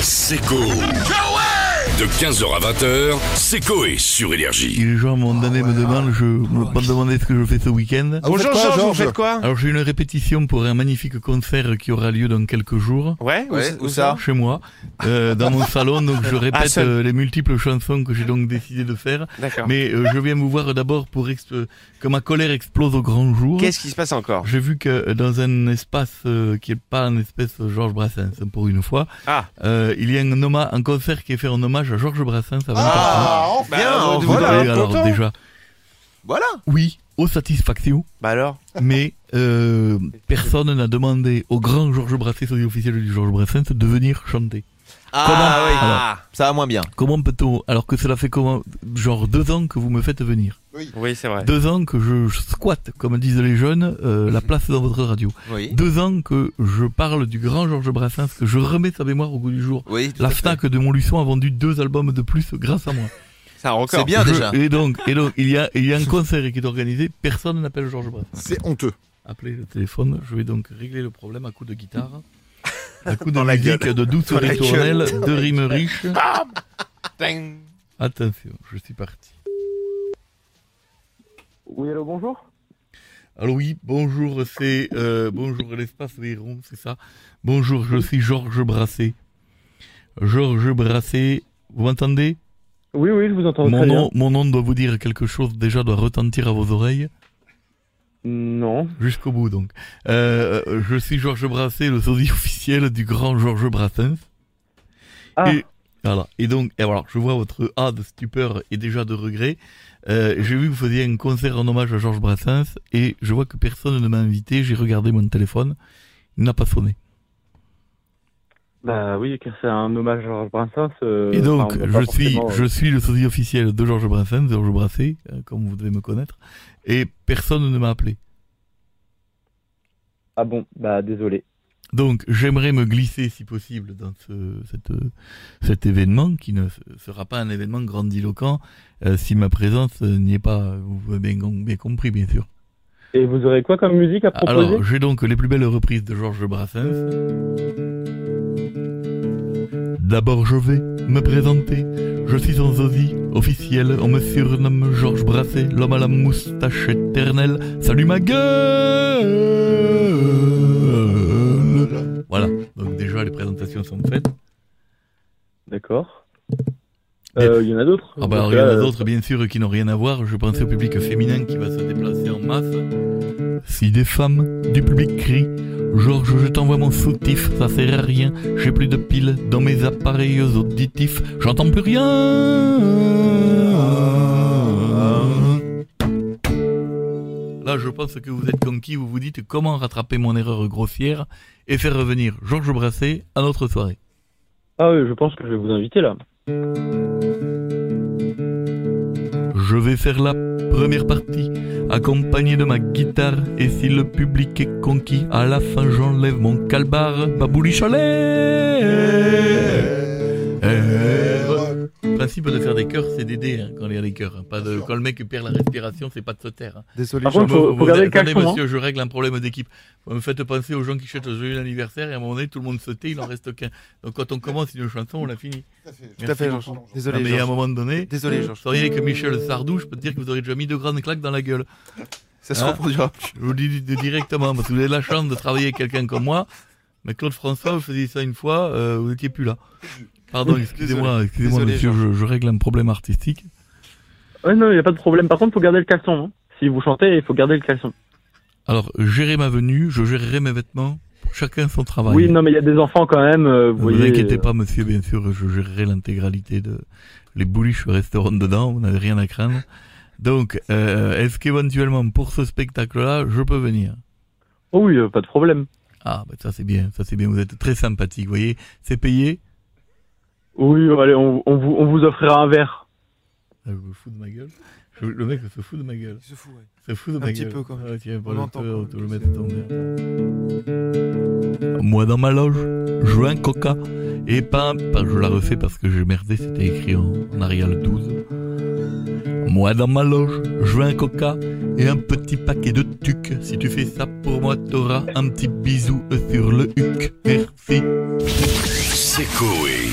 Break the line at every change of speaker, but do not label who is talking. C'est Coé. De 15h à 20h, c'est Coé sur Énergie.
Et les gens m'ont
Ah
donné, me demandent, je me pas demandé ce que je fais ce week-end.
Bonjour
Ah, faites quoi,
Georges, vous
Georges
faites quoi
Alors j'ai une répétition pour un magnifique concert qui aura lieu dans quelques jours.
Ouais, où
Ouais,
c-
où ça
Chez moi, euh, dans mon salon, donc
Ah,
je répète
seul.
euh, les multiples chansons que j'ai donc décidé de faire.
D'accord.
Mais euh, je viens vous voir d'abord pour exp- euh, que ma colère explose au grand jour.
Qu'est-ce qui se passe encore
J'ai vu que euh, dans un espace euh, qui est pas un espèce euh, Georges Brassens hein, pour une fois,
Ah.
euh, il y a un, homa- un concert qui est fait en hommage à Georges Brassens. À 24 ans.
Ah,
Bah,
enfin
euh,
vous-
Vous
voilà,
avez,
vous-
alors
content.
déjà,
Voilà.
oui, au satisfaction.
Bah alors
mais euh, personne n'a demandé au grand Georges Brassens, au officiel du Georges Brassens, de venir chanter.
Ah, oui.
Ah
Ça va moins bien.
Comment peut-on, alors que cela fait comment, genre deux ans que vous me faites venir,
Oui, c'est vrai.
deux ans que je squatte, comme disent les jeunes, euh, la place dans votre radio,
Mhm. Oui.
deux ans que je parle du grand Georges Brassens, que je remets sa mémoire au goût du jour.
Oui. tout
La
à fait.
Fnac de Montluçon a vendu deux albums de plus grâce à moi.
C'est un record.
C'est bien
Je-
déjà.
Et donc, et donc, il y a, il y a un concert qui est organisé. Personne n'appelle Georges Brassens.
C'est honteux.
Appelez le téléphone, je vais donc régler le problème à coup de guitare, à coup de musique, de douce ritournelle, de rimes riches.
Ding.
Attention, je suis parti.
Oui, allô, bonjour.
Alors oui, bonjour, c'est euh, bonjour l'espace Véron, c'est ça. Bonjour, je suis Georges Brassé. Georges Brassé, vous m'entendez
Oui, oui, je vous entends
Mon
Oh, très
nom, mon nom doit vous dire quelque chose, déjà doit retentir à vos oreilles.
bien. Non.
Jusqu'au bout, donc. Euh, euh, je suis Georges Brassens, le sosie officiel du grand Georges Brassens.
Ah.
Et, voilà. Et donc, et voilà, je vois votre A de stupeur et déjà de regret. Euh, j'ai vu que vous faisiez un concert en hommage à Georges Brassens et je vois que personne ne m'a invité. J'ai regardé mon téléphone. Il n'a pas sonné.
Bah oui, car c'est un hommage à Georges Brassens. euh,
Et donc,
enfin, on va
je
pas
suis,
forcément, euh,
je suis le sosie officiel de Georges Brassens, Georges Brassé, euh, comme vous devez me connaître. Et personne ne m'a appelé.
Ah bon, bah désolé.
Donc, j'aimerais me glisser, si possible, dans ce, cette, euh, cet événement, qui ne se- sera pas un événement grandiloquent, euh, si ma présence euh, n'y est pas. Vous avez bien, com- bien compris, bien sûr.
Et vous aurez quoi comme musique à proposer
Alors, j'ai donc les plus belles reprises de Georges Brassens. D'abord, je vais me présenter. Je suis un zosie officiel. On me surnomme Georges Brassens, l'homme à la moustache éternelle. Salut ma gueule Voilà, donc déjà les présentations sont faites.
D'accord. Euh, Il y en a d'autres.
Ah bah alors, il y en a
euh,
d'autres bien sûr qui n'ont rien à voir. Je pense au public féminin qui va se déplacer en masse. Si des femmes du public crient Georges, je t'envoie mon soutif, ça sert à rien. J'ai plus de piles dans mes appareils auditifs, j'entends plus rien. Là, je pense que vous êtes conquis, vous vous dites comment rattraper mon erreur grossière et faire revenir Georges Brassé à notre soirée.
Ah oui, je pense que je vais vous inviter là.
Je vais faire la première partie, accompagnée de ma guitare. Et si le public est conquis, à la fin j'enlève mon calbar, ma bouliche en l'air. Le principe de faire des chœurs, c'est d'aider hein, quand il y a des chœurs. hein. Pas de, quand le mec perd la respiration, c'est pas de se taire. hein.
Désolé.
Par contre,
Vous-
faut,
vous-
faut garder le
attendez,
cache hein.
monsieur, je règle un problème d'équipe. Vous me faites penser aux gens qui chantent joyeux anniversaire et à un moment donné, tout le monde se tait, il en reste qu'un. Donc quand on commence une chanson, on la finit.
Tout à
Merci
fait, Georges.
beaucoup.
Désolé,
Non, mais à un
Georges.
moment Euh, donné,
Désolé, Georges.
seriez que Michel Sardou, je peux te dire que vous aurez déjà mis deux grandes claques dans la gueule.
Ça se
Hein
reproduira plus.
Je vous le dis directement, parce que vous avez la chance de travailler avec quelqu'un comme moi. Mais Claude François, vous faisiez ça une fois, euh, vous n'étiez plus là. Pardon, excusez-moi, excusez-moi,
Désolé,
monsieur, je, je règle un problème artistique.
Ouais, non, il n'y a pas de problème. Par contre, faut garder le caleçon. hein. Si vous chantez, il faut garder le caleçon.
Alors, gérer ma venue, je gérerai mes vêtements, chacun son travail.
Oui, non, mais il y a des enfants quand même. euh, vous
Ne vous
voyez.
inquiétez pas, monsieur, bien sûr, je gérerai l'intégralité de. Les bouliches resteront dedans, vous n'avez rien à craindre. Donc, euh, est-ce qu'éventuellement, pour ce spectacle-là, je peux venir
Oh oui, euh, pas de problème.
Ah, bah, ça c'est bien, ça c'est bien, vous êtes très sympathique, vous voyez, c'est payé.
Oui, allez, on, on vous, on vous offrira un verre.
Ah, Je me fous de ma gueule. Je- le mec se fout de ma gueule.
C'est fou, ouais.
Se fout de
Un
ma
petit
gueule.
peu, quand même.
Ah, tiens,
On
voilà,
l'entend
tu
quand
vois,
même,
tu le
tu
mets
sais.
dans ton verre. Moi dans ma loge, je veux un coca et pas un... pas- Je la refais parce que j'ai merdé, c'était écrit en, en Arial 12. Moi dans ma loge, je veux un coca et un petit paquet de tuc. Si tu fais ça pour moi, t'auras un petit bisou sur le huc. Merci.
C'est Coé.